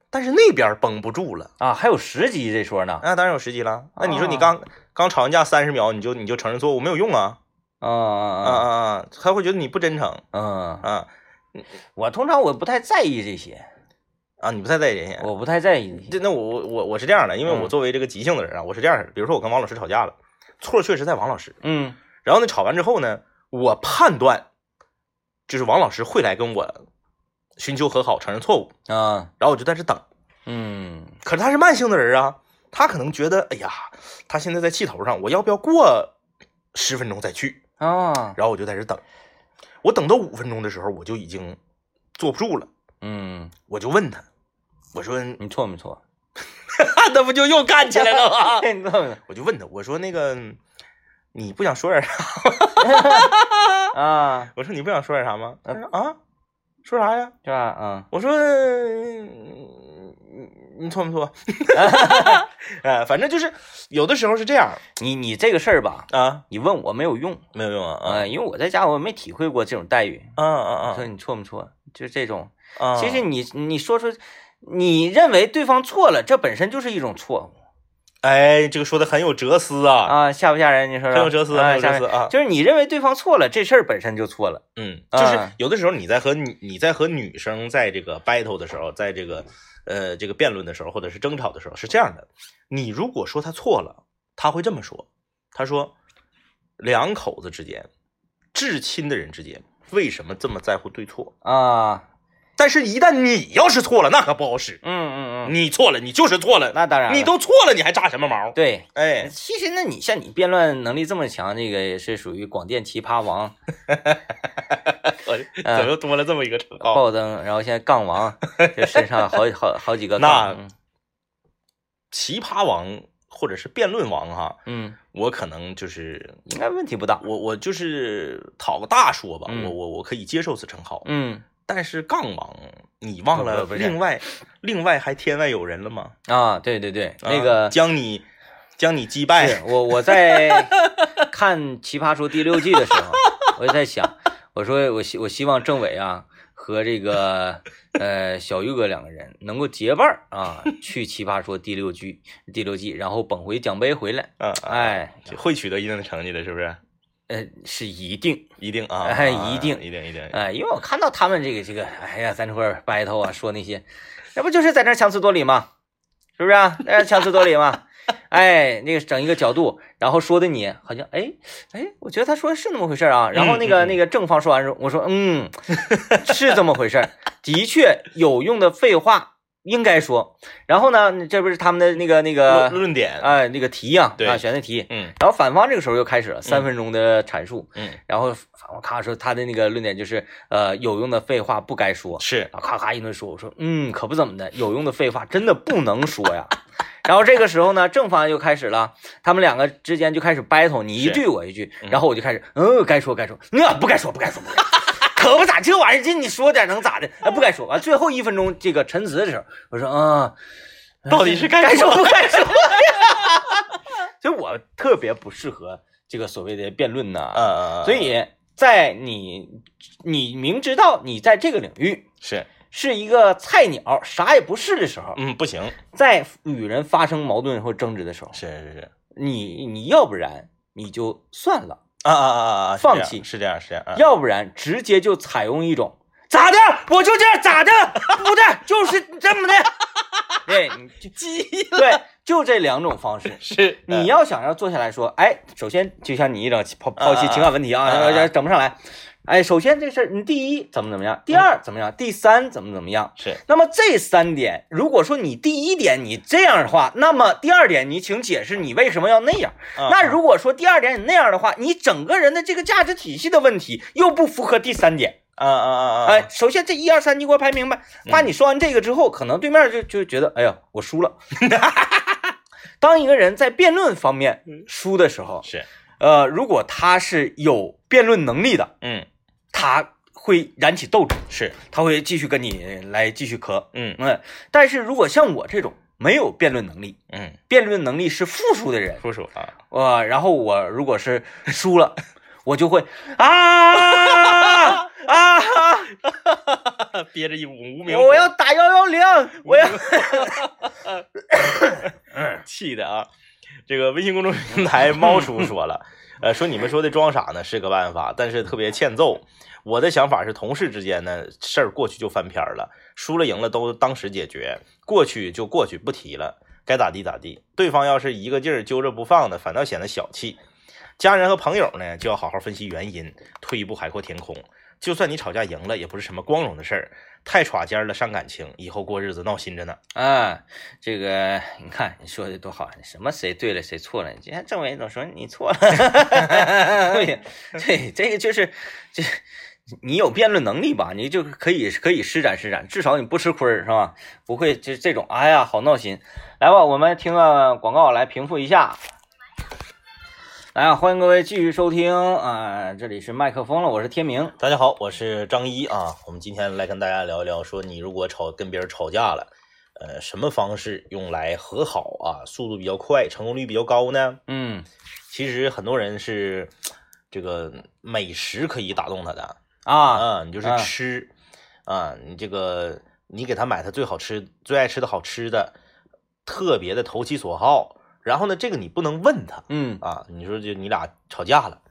Speaker 2: 但是那边绷不住了，
Speaker 1: 啊，还有十级这说呢，
Speaker 2: 那、当然有时机了。那你说你
Speaker 1: 啊
Speaker 2: 刚、刚吵完架三十秒，你就你就承认错误没有用啊
Speaker 1: 啊
Speaker 2: 啊
Speaker 1: 啊
Speaker 2: 啊啊！他会觉得你不真诚
Speaker 1: 啊啊！
Speaker 2: 啊
Speaker 1: 我通常我不太在意这些，
Speaker 2: 啊！你不太在意这些。
Speaker 1: 我不太在意这些，
Speaker 2: 这那我我我我是这样的，因为我
Speaker 1: 哦嗯
Speaker 2: 作为这个急性的人啊，我是这样的。比如说我跟王老师吵架了，错确实在王老师，
Speaker 1: 嗯
Speaker 2: 然后呢，吵完之后呢，我判断就是王老师会来跟我寻求和好，承认错误，
Speaker 1: 啊
Speaker 2: 然后我就在这等。
Speaker 1: 嗯
Speaker 2: 可是他是慢性的人啊，他可能觉得，哎呀，他现在在气头上，我要不要过十分钟再去？
Speaker 1: 啊
Speaker 2: 然后我就在这等，我等到五分钟的时候，我就已经坐不住了，
Speaker 1: 嗯，
Speaker 2: 我就问他，我说，
Speaker 1: 你错没错？
Speaker 2: 那不就又干起来 了吗？
Speaker 1: 你错没
Speaker 2: 我就问他，我说那个，你不想说点啥？
Speaker 1: 错啊？
Speaker 2: 我说你不想说点啥吗？他说啊，说啥呀？
Speaker 1: 是吧？啊
Speaker 2: 我说，嗯你你错没错？ 哎，反正就是有的时候是这样
Speaker 1: 你你这个事儿吧，
Speaker 2: 啊，
Speaker 1: 你问我没有用
Speaker 2: 没有用啊
Speaker 1: 啊，因为我在家我没体会过这种待遇。
Speaker 2: 啊啊
Speaker 1: 说你错没错？就这种，
Speaker 2: 啊啊！
Speaker 1: 其实你你说出，你认为对方错了，这本身就是一种错误
Speaker 2: 哎，这个说的很有哲思啊，
Speaker 1: 啊，吓不吓人？你说
Speaker 2: 很有哲思，
Speaker 1: 啊
Speaker 2: 很有哲
Speaker 1: 吓
Speaker 2: 思
Speaker 1: 人
Speaker 2: 啊。
Speaker 1: 就是你认为对方错了，这事儿本身就错了。
Speaker 2: 嗯，就是
Speaker 1: 啊
Speaker 2: 有的时候你在和女你在和女生在这个 battle 的时候，在这个呃这个辩论的时候，或者是争吵的时候，是这样的，你如果说她错了，她会这么说，她说两口子之间，至亲的人之间，为什么这么在乎对错？
Speaker 1: 啊，
Speaker 2: 但是，一旦你要是错了，那可不好使。
Speaker 1: 嗯嗯嗯，
Speaker 2: 你错了，你就是错了，
Speaker 1: 那当然了，
Speaker 2: 你都错了，你还炸什么毛？
Speaker 1: 对。
Speaker 2: 哎，
Speaker 1: 其实，那你像你辩论能力这么强，这个也是属于广电奇葩王、
Speaker 2: 我哎怎么又多了这么一个称号？
Speaker 1: 爆灯，然后现在杠 王，这身上好好好几个
Speaker 2: 那
Speaker 1: 杠。嗯
Speaker 2: 奇葩王或者是辩论王哈，
Speaker 1: 嗯，
Speaker 2: 我可能就是
Speaker 1: 应该问题不大。
Speaker 2: 我我就是讨个大说吧，
Speaker 1: 嗯
Speaker 2: 我我我可以接受此称号。
Speaker 1: 嗯
Speaker 2: 但是杠王，你忘
Speaker 1: 不
Speaker 2: 了
Speaker 1: 不不是
Speaker 2: 另外另外还天外有人了吗？
Speaker 1: 啊，对对对，那
Speaker 2: 啊
Speaker 1: 个
Speaker 2: 将你将你击
Speaker 1: 是
Speaker 2: 败，
Speaker 1: 我我在看《奇葩说》第六季的时候，我就在想，我说我希我希望政委啊和这个呃小玉哥两个人能够结伴儿啊去《奇葩说》第六季第六季，然后捧回奖杯回来。
Speaker 2: 嗯，
Speaker 1: 哎，
Speaker 2: 会取得一定的成绩的，是不是？
Speaker 1: 呃，是一定，
Speaker 2: 一定啊，
Speaker 1: 哎
Speaker 2: 啊
Speaker 1: 一定
Speaker 2: 一定一定，
Speaker 1: 哎、因为我看到他们这个这个，哎呀，咱这块儿 battle 啊，说那些，那不就是在那儿强词夺理吗？是不是、啊？那强词夺理嘛？哎，那个整一个角度，然后说的你好像，哎哎，我觉得他说的是那么回事儿啊。然后那个、
Speaker 2: 嗯嗯
Speaker 1: 那个正方说完之后，我说嗯， 是这么回事儿，的确有用的废话应该说。然后呢，这不是他们的那个那
Speaker 2: 论
Speaker 1: 个
Speaker 2: 论点，
Speaker 1: 哎那个题呀、
Speaker 2: 对
Speaker 1: 啊选的题。
Speaker 2: 嗯
Speaker 1: 然后反方这个时候又开始了三分钟的阐述，
Speaker 2: 嗯，
Speaker 1: 然后反我咔说他的那个论点就是，呃，有用的废话不该说，
Speaker 2: 是
Speaker 1: 然后咔咔一顿说，我说嗯，可不怎么的，有用的废话真的不能说呀。 然后这个时候呢，正方又开始了，他们两个之间就开始 battle，你一
Speaker 2: 是
Speaker 1: 句我一句，
Speaker 2: 嗯
Speaker 1: 然后我就开始，嗯，该说该说，那不该说不该说不该说， 可不咋，这玩意儿这你说点能咋的？哎，不该说。完最后一分钟这个陈词的时候，我说啊，
Speaker 2: 到底是该
Speaker 1: 该
Speaker 2: 说
Speaker 1: 说不该说呀？ 所以我特别不适合这个所谓的辩论呢，
Speaker 2: 呃，
Speaker 1: 所以在你你明知道你在这个领域
Speaker 2: 是
Speaker 1: 是一个菜鸟，啥也不是的时候，
Speaker 2: 嗯不行，
Speaker 1: 在与人发生矛盾或争执的时候，
Speaker 2: 是是是
Speaker 1: 你你要不然你就算了，
Speaker 2: 啊啊啊啊啊，是这样
Speaker 1: 放弃
Speaker 2: 是这样是这样啊，
Speaker 1: 要不然直接就采用一种咋的，我就这样咋的，不对， 就是这 么的，对，你就
Speaker 2: 鸡
Speaker 1: 对，就这两种方式。
Speaker 2: 是
Speaker 1: 你要想要坐下来说，哎，首先就像你一整抛抛弃
Speaker 2: 啊啊
Speaker 1: 情感问题啊，
Speaker 2: 啊啊
Speaker 1: 整不上来。哎，首先这事儿，你第一怎么怎么样，第二怎么样，第三怎么怎么样。
Speaker 2: 是
Speaker 1: 那么这三点，如果说你第一点你这样的话，那么第二点你请解释你为什么要那样。
Speaker 2: 啊
Speaker 1: 那如果说第二点你那样的话，你整个人的这个价值体系的问题又不符合第三点。
Speaker 2: 啊啊啊啊！
Speaker 1: 哎，，首先这一二三你给我排明白。怕你说完这个之后，可能对面就就觉得，哎呀，我输了。 当一个人在辩论方面输的时候，
Speaker 2: 是，
Speaker 1: 呃，如果他是有辩论能力的，
Speaker 2: 嗯，
Speaker 1: 他会燃起斗志，
Speaker 2: 是，
Speaker 1: 他会继续跟你来继续磕。
Speaker 2: 嗯
Speaker 1: 嗯，但是如果像我这种没有辩论能力，
Speaker 2: 嗯，
Speaker 1: 辩论能力是负数的人，
Speaker 2: 叔叔啊，
Speaker 1: 哇、然后我如果是输了， 我就会啊啊！
Speaker 2: 憋着一无名火，
Speaker 1: 我要打幺幺零，我要
Speaker 2: 气的啊！这个微信公众平台猫叔说了，呃，说你们说的装傻呢是个办法，但是特别欠揍。我的想法是，同事之间呢事儿过去就翻篇儿了，输了赢了都当时解决，过去就过去不提了，该咋地咋地。对方要是一个劲儿揪着不放的，反倒显得小气。家人和朋友呢就要好好分析原因，退一步海阔天空。就算你吵架赢了，也不是什么光荣的事儿，太耍尖儿了，伤感情，以后过日子闹心着呢。
Speaker 1: 啊，这个你看你说的多好，啊什么谁对了谁错了？你看政委总说你错了， 对对，这个就是这你有辩论能力吧，你就可以可以施展施展，至少你不吃亏儿是吧？不会就这种，哎呀，好闹心。来吧，我们听个广告来平复一下。来啊，欢迎各位继续收听啊、这里是麦克风了，我是天明。
Speaker 2: 大家好，我是张一啊。我们今天来跟大家聊一聊，说你如果吵跟别人吵架了，呃，什么方式用来和好啊？速度比较快，成功率比较高呢？
Speaker 1: 嗯
Speaker 2: 其实很多人是这个呃美食可以打动他的
Speaker 1: 啊，
Speaker 2: 啊，你就是
Speaker 1: 啊
Speaker 2: 吃啊，你这个你给他买他最好吃、最爱吃的好吃的，特别的投其所好。然后呢，这个你不能问他，
Speaker 1: 嗯
Speaker 2: 啊，你说就你俩吵架了，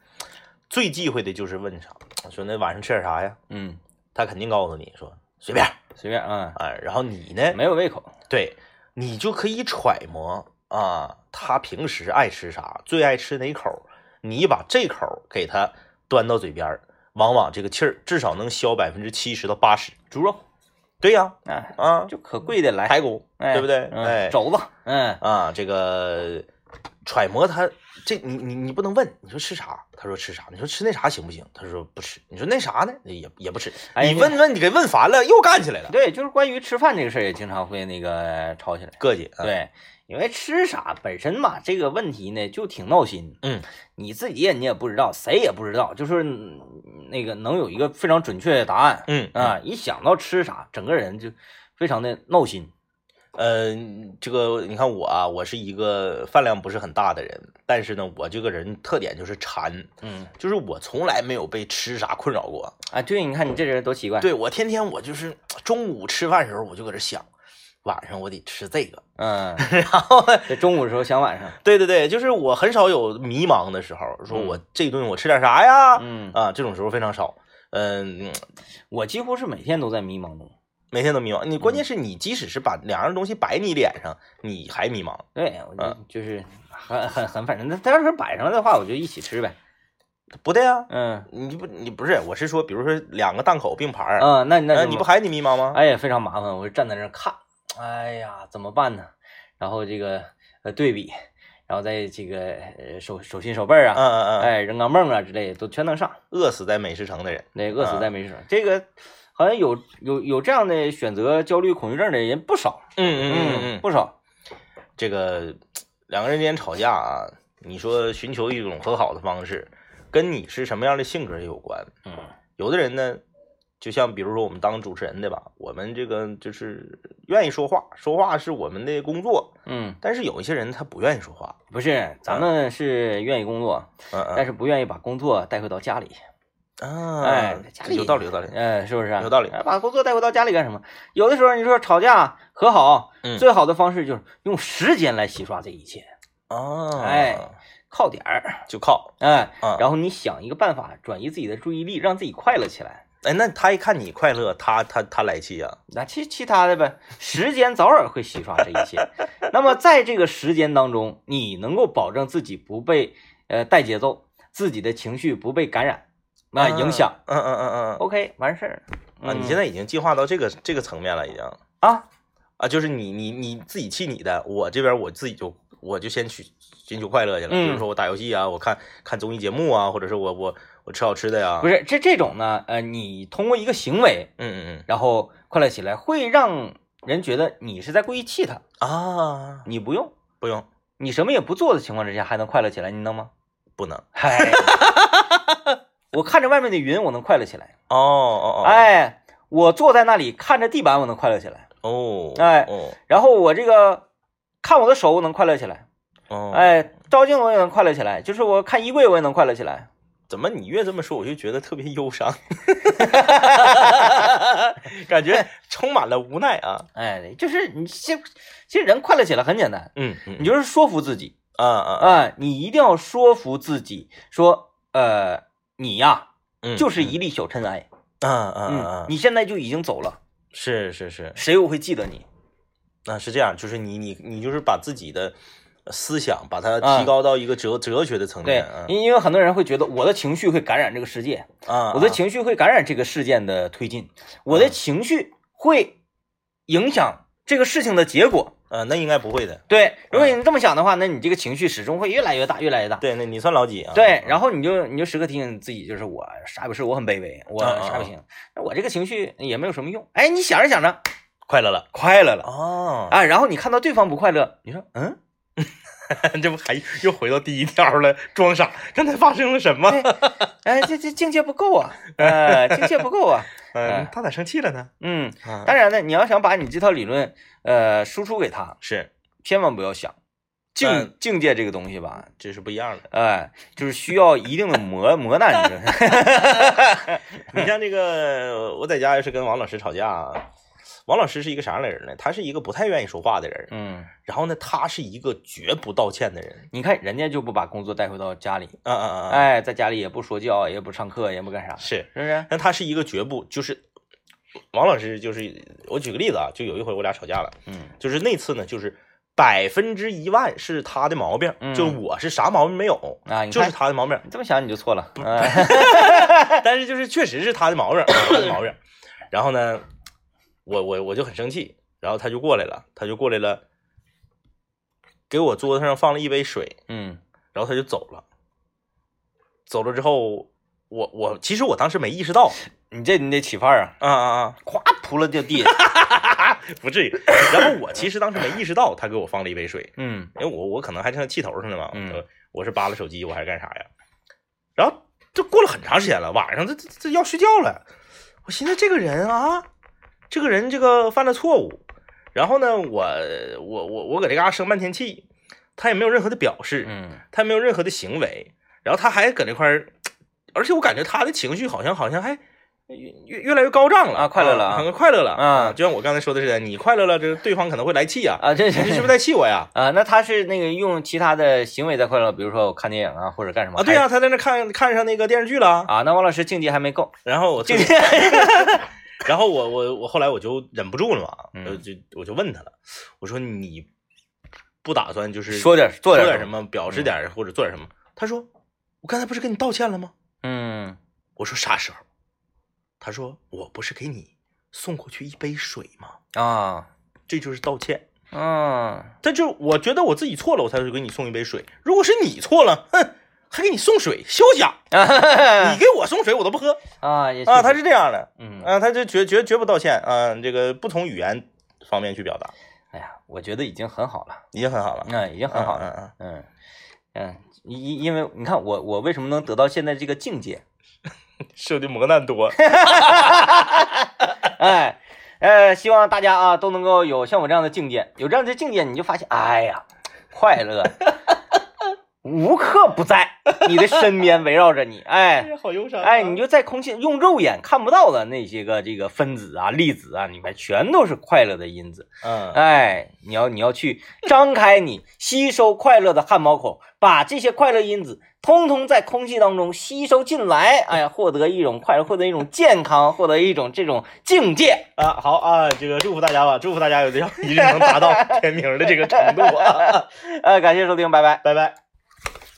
Speaker 2: 最忌讳的就是问啥，说那晚上吃点啥呀？
Speaker 1: 嗯，
Speaker 2: 他肯定告诉你说随便儿
Speaker 1: 随便啊，
Speaker 2: 啊，然后你呢，
Speaker 1: 没有胃口。
Speaker 2: 对你就可以揣摩啊，他平时爱吃啥，最爱吃哪口儿，你把这口儿给他端到嘴边儿，往往这个气儿至少能消百分之七十到八十。
Speaker 1: 猪肉
Speaker 2: 对呀，
Speaker 1: 啊，
Speaker 2: 啊，
Speaker 1: 就可贵的来，
Speaker 2: 排骨，
Speaker 1: 哎
Speaker 2: 对不对？
Speaker 1: 嗯
Speaker 2: 哎，
Speaker 1: 肘子，嗯
Speaker 2: 啊，这个揣摩他这你你你不能问，你说吃啥？他说吃啥？你说吃那啥行不行？他说不吃。你说那啥呢？也也不吃。
Speaker 1: 哎
Speaker 2: 你问问你给问烦了，又干起来了，
Speaker 1: 对，就是关于吃饭这个事儿也经常会那个吵起来。
Speaker 2: 膈应。啊，
Speaker 1: 对，因为吃啥本身嘛，这个问题呢就挺闹心。
Speaker 2: 嗯，
Speaker 1: 你自己也你也不知道，谁也不知道，就是嗯那个能有一个非常准确的答案
Speaker 2: 嗯
Speaker 1: 啊！一想到吃啥，整个人就非常的闹心。
Speaker 2: 呃，这个你看我啊，我是一个饭量不是很大的人，但是呢，我这个人特点就是馋，
Speaker 1: 嗯，
Speaker 2: 就是我从来没有被吃啥困扰过。
Speaker 1: 啊，对，你看你这人多奇怪。，
Speaker 2: 对我天天我就是中午吃饭时候我就搁这想，晚上我得吃这个，
Speaker 1: 嗯，
Speaker 2: 然后
Speaker 1: 这中午的时候想晚 上，
Speaker 2: 对对对，就是我很少有迷茫的时候，说我这顿我吃点啥呀？
Speaker 1: 嗯，
Speaker 2: 啊，这种时候非常少。嗯，
Speaker 1: 我几乎是每天都在迷茫中。
Speaker 2: 每天都迷茫。你
Speaker 1: 嗯
Speaker 2: 关键是你即使是把两样东西摆你脸上，你还迷茫。
Speaker 1: 对，我就
Speaker 2: 嗯
Speaker 1: 就是很很很，反正他他要是摆上了的话，我就一起吃呗。
Speaker 2: 不对啊，
Speaker 1: 嗯
Speaker 2: 你不你不是，我是说，比如说两个档口并排儿，
Speaker 1: 啊，那那
Speaker 2: 呃
Speaker 1: 就
Speaker 2: 你不还你迷茫吗？
Speaker 1: 哎呀非常麻烦，我就站在那儿看，哎呀怎么办呢？然后这个呃对比，然后再这个呃手手心手背
Speaker 2: 嗯
Speaker 1: 啊，
Speaker 2: 嗯嗯，
Speaker 1: 哎人岗梦啊之类的都全能上，
Speaker 2: 饿死在美食城的人，
Speaker 1: 那饿死在没事儿。这个好像有有有这样的选择焦虑恐惧症的人不少，
Speaker 2: 嗯
Speaker 1: 不少。
Speaker 2: 这个两个人之间吵架啊，你说寻求一种和好的方式，跟你是什么样的性格也有关。
Speaker 1: 嗯
Speaker 2: 有的人呢，就像比如说我们当主持人的吧，我们这个就是愿意说话，说话是我们的工作。
Speaker 1: 嗯，
Speaker 2: 但是有一些人他不愿意说话，
Speaker 1: 不是，咱们是愿意工作，
Speaker 2: 嗯嗯
Speaker 1: 但是不愿意把工作带回到家里。
Speaker 2: 啊，
Speaker 1: 哎，家
Speaker 2: 这
Speaker 1: 里
Speaker 2: 有道理，有道理。
Speaker 1: 嗯，是不是啊、
Speaker 2: 有道理
Speaker 1: 哎把工作带回到家里干什么？有的时候你说吵架和好，
Speaker 2: 嗯
Speaker 1: 最好的方式就是用时间来洗刷这一切，
Speaker 2: 啊，
Speaker 1: 哎，靠点儿，
Speaker 2: 就靠，
Speaker 1: 哎，
Speaker 2: 啊
Speaker 1: 然后你想一个办法转移自己的注意力，让自己快乐起来。
Speaker 2: 哎，那他一看你快乐，他他他来气啊，
Speaker 1: 那其其他的呗，时间早晚会洗刷这一切。那么在这个时间当中，你能够保证自己不被呃带节奏，自己的情绪不被感染。那影响。哦
Speaker 2: 嗯嗯嗯嗯嗯
Speaker 1: OK，完事儿
Speaker 2: 啊！你现
Speaker 1: 在
Speaker 2: 在已经进化到这个这个层面了，已经
Speaker 1: 啊，
Speaker 2: 啊，就是你你你自己气你的，我这边我自己就我就先去寻求快乐去了，比
Speaker 1: 嗯
Speaker 2: 如说我打游戏啊，我看看综艺节目啊，或者是我我我吃好吃的呀，
Speaker 1: 不
Speaker 2: 是，
Speaker 1: 是这这种呢，呃，你通过一个行为，
Speaker 2: 嗯嗯
Speaker 1: 然后快乐起来，会让人觉得你是在故意气他，
Speaker 2: 嗯啊，
Speaker 1: 你不用，
Speaker 2: 不用，
Speaker 1: 你什么也不做的情况之下还能快乐起来，你能吗？
Speaker 2: 不能，
Speaker 1: 嗨， 我看着外面的云，我能快乐起来。
Speaker 2: 哦哦哦，
Speaker 1: 哎，我坐在那里看着地板，我能快乐起来。
Speaker 2: 哦，
Speaker 1: 哎
Speaker 2: 哦
Speaker 1: 然后我这个看我的手，我能快乐起来。
Speaker 2: 哦，，
Speaker 1: 哎，照镜子我也能快乐起来，就是我看衣柜，我也能快乐起 来。
Speaker 2: 怎么你越这么说，我就觉得特别忧伤，
Speaker 1: 感觉
Speaker 2: 充满了无奈啊，
Speaker 1: 哎，就是你其实其实人快乐起来很简单，
Speaker 2: 嗯嗯，
Speaker 1: 你就是说服自己
Speaker 2: 啊啊，
Speaker 1: 啊、你一定要说服自己说，呃，你呀、
Speaker 2: 嗯
Speaker 1: 就是一粒小尘埃，
Speaker 2: 啊啊啊
Speaker 1: 嗯
Speaker 2: 啊，，
Speaker 1: 你现在就已经走了，
Speaker 2: 是是是，
Speaker 1: 谁又会记得你？
Speaker 2: 那啊是这样，就是你你你就是把自己的思想把它
Speaker 1: 啊
Speaker 2: 提高到一个哲哲学的层
Speaker 1: 对
Speaker 2: 面，嗯，
Speaker 1: 因因为很多人会觉得我的情绪会感染这个世界，
Speaker 2: 啊，嗯
Speaker 1: 我的
Speaker 2: 啊
Speaker 1: 情绪会感染这个事件的推进，我的情绪会影响这个事情的结果。
Speaker 2: 呃，那应该不会的。
Speaker 1: 对，如果你这么想的话，那你这个情绪始终会越来越大，越来越大。
Speaker 2: 对，那你算老几啊？
Speaker 1: 对，
Speaker 2: 后
Speaker 1: 然后你就你就时刻提醒自己，就是我啥也不是，我很卑微，我
Speaker 2: 啊啊
Speaker 1: 啥也不行，那我这个情绪也没有什么用。哎，你想着想着
Speaker 2: 快乐了
Speaker 1: 快乐了
Speaker 2: 哦，
Speaker 1: 啊，然后你看到对方不快乐，你说嗯，
Speaker 2: 这不还又回到第一条了，装傻。刚才发生了什么？
Speaker 1: 哎，这这境界不够 啊，呃，境界不够啊，
Speaker 2: 嗯
Speaker 1: 哎，
Speaker 2: 他咋生气了呢？
Speaker 1: 嗯，
Speaker 2: 啊，
Speaker 1: 当然呢，你要想把你这套理论呃输出给他，
Speaker 2: 是，
Speaker 1: 千万不要想境
Speaker 2: 嗯
Speaker 1: 境界这个东西吧，
Speaker 2: 这是不一样的。
Speaker 1: 哎、就是需要一定的 磨磨难，你说
Speaker 2: 你像这个，我在家要是跟王老师吵架，啊王老师是一个啥样的人呢？他是一个不太愿意说话的人，
Speaker 1: 嗯，
Speaker 2: 然后呢，他是一个绝不道歉的人。
Speaker 1: 你看人家就不把工作带回到家里。
Speaker 2: 啊啊啊！，
Speaker 1: 哎，在家里也不说教，也不上课，也不干啥，
Speaker 2: 是，
Speaker 1: 是不是？
Speaker 2: 但他是一个绝不就是。王老师就是我举个例子啊，就有一回我俩吵架了，
Speaker 1: 嗯
Speaker 2: 就是那次呢，就是百分之一万是他的毛病，
Speaker 1: 嗯
Speaker 2: 就我是啥毛病没有，
Speaker 1: 啊，你
Speaker 2: 就是
Speaker 1: 看
Speaker 2: 他的毛病。
Speaker 1: 你这么想你就错 了，哎
Speaker 2: 但是就是确实是他的毛病，他的 毛病。然后呢，我我我就很生气，然后他就过来了，他就过来了，给我桌子上放了一杯水，
Speaker 1: 嗯
Speaker 2: 然后他就走了。走了之后，我我其实我当时没意识 到，
Speaker 1: 你这你得起范儿啊，
Speaker 2: 啊啊啊，
Speaker 1: 咵扑了掉 地下，
Speaker 2: 不至于。然后我其实当时没意识到他给我放了一杯水，
Speaker 1: 嗯
Speaker 2: 因为我我可能还正在气头上呢嘛，
Speaker 1: 嗯
Speaker 2: 我我是扒拉手机，我还是干啥呀？然后这过了很长时间了，晚上这这这要睡觉了，我寻思这个人啊，这个人这个犯了错误，然后呢，我我我我搁这嘎生半天气，他也没有任何的表示，
Speaker 1: 嗯
Speaker 2: 他没有任何的行为，然后他还搁那块儿，而且我感觉他的情绪好像好像还越越越来越高涨了
Speaker 1: 啊快乐了啊
Speaker 2: 很快乐了
Speaker 1: 啊
Speaker 2: 就像我刚才说的似的，你快乐了，这对方可能会来气啊，
Speaker 1: 啊，这
Speaker 2: 你是不是
Speaker 1: 是
Speaker 2: 在气我呀？
Speaker 1: 啊，那他是那个用其他的行为在快乐，比如说我看电影啊或者干什么
Speaker 2: 啊，对
Speaker 1: 呀
Speaker 2: 啊，他在那看看上那个电视剧了，
Speaker 1: 啊，那王老师境界还没够，
Speaker 2: 然后我
Speaker 1: 境
Speaker 2: 就，
Speaker 1: 界
Speaker 2: 然后我我我后来我就忍不住了嘛，
Speaker 1: 嗯
Speaker 2: 我就我就问他了，我说你不打算就是
Speaker 1: 说点做
Speaker 2: 做
Speaker 1: 点嗯
Speaker 2: 点什，么，表示点儿或者做点什么？他说我刚才不是跟你道歉了吗？
Speaker 1: 嗯
Speaker 2: 我说啥时候？他说我不是给你送过去一杯水吗？
Speaker 1: 啊
Speaker 2: 这就是道歉。
Speaker 1: 嗯，
Speaker 2: 但就我觉得我自己错了，我才会给你送一杯水。如果是你错了，哼，还给你送水，休想！你给我送水我都不喝
Speaker 1: 啊也
Speaker 2: 啊！
Speaker 1: 确
Speaker 2: 他
Speaker 1: 实
Speaker 2: 是这样的。
Speaker 1: 嗯，
Speaker 2: 啊，他这绝绝绝不道歉啊、这个不从语言方面去表达，
Speaker 1: 哎呀，我觉得已经很好了，
Speaker 2: 已经很好了，
Speaker 1: 嗯，已经很好了，
Speaker 2: 嗯
Speaker 1: 嗯嗯，因因为你看我我为什么能得到现在这个境界，
Speaker 2: 嗯，受的磨难多，
Speaker 1: 哎，呃，希望大家啊都能够有像我这样的境界，有这样的境界，你就发现，哎呀，快乐无刻不在你的身边围绕着你，哎。
Speaker 2: 好忧伤啊、
Speaker 1: 哎，你就在空气用肉眼看不到的那些个这个分子啊、粒子啊里面，全都是快乐的因子。
Speaker 2: 嗯，
Speaker 1: 哎，你要你要去张开你吸收快乐的汗毛孔，把这些快乐因子通通在空气当中吸收进来。哎呀，获得一种快乐，获得一种健康，获得一种这种境界。
Speaker 2: 啊，好啊，这个祝福大家吧， 祝福大家有的要一日能达到天明的这个程度啊，
Speaker 1: 呃，感谢收听，拜拜。
Speaker 2: 拜拜。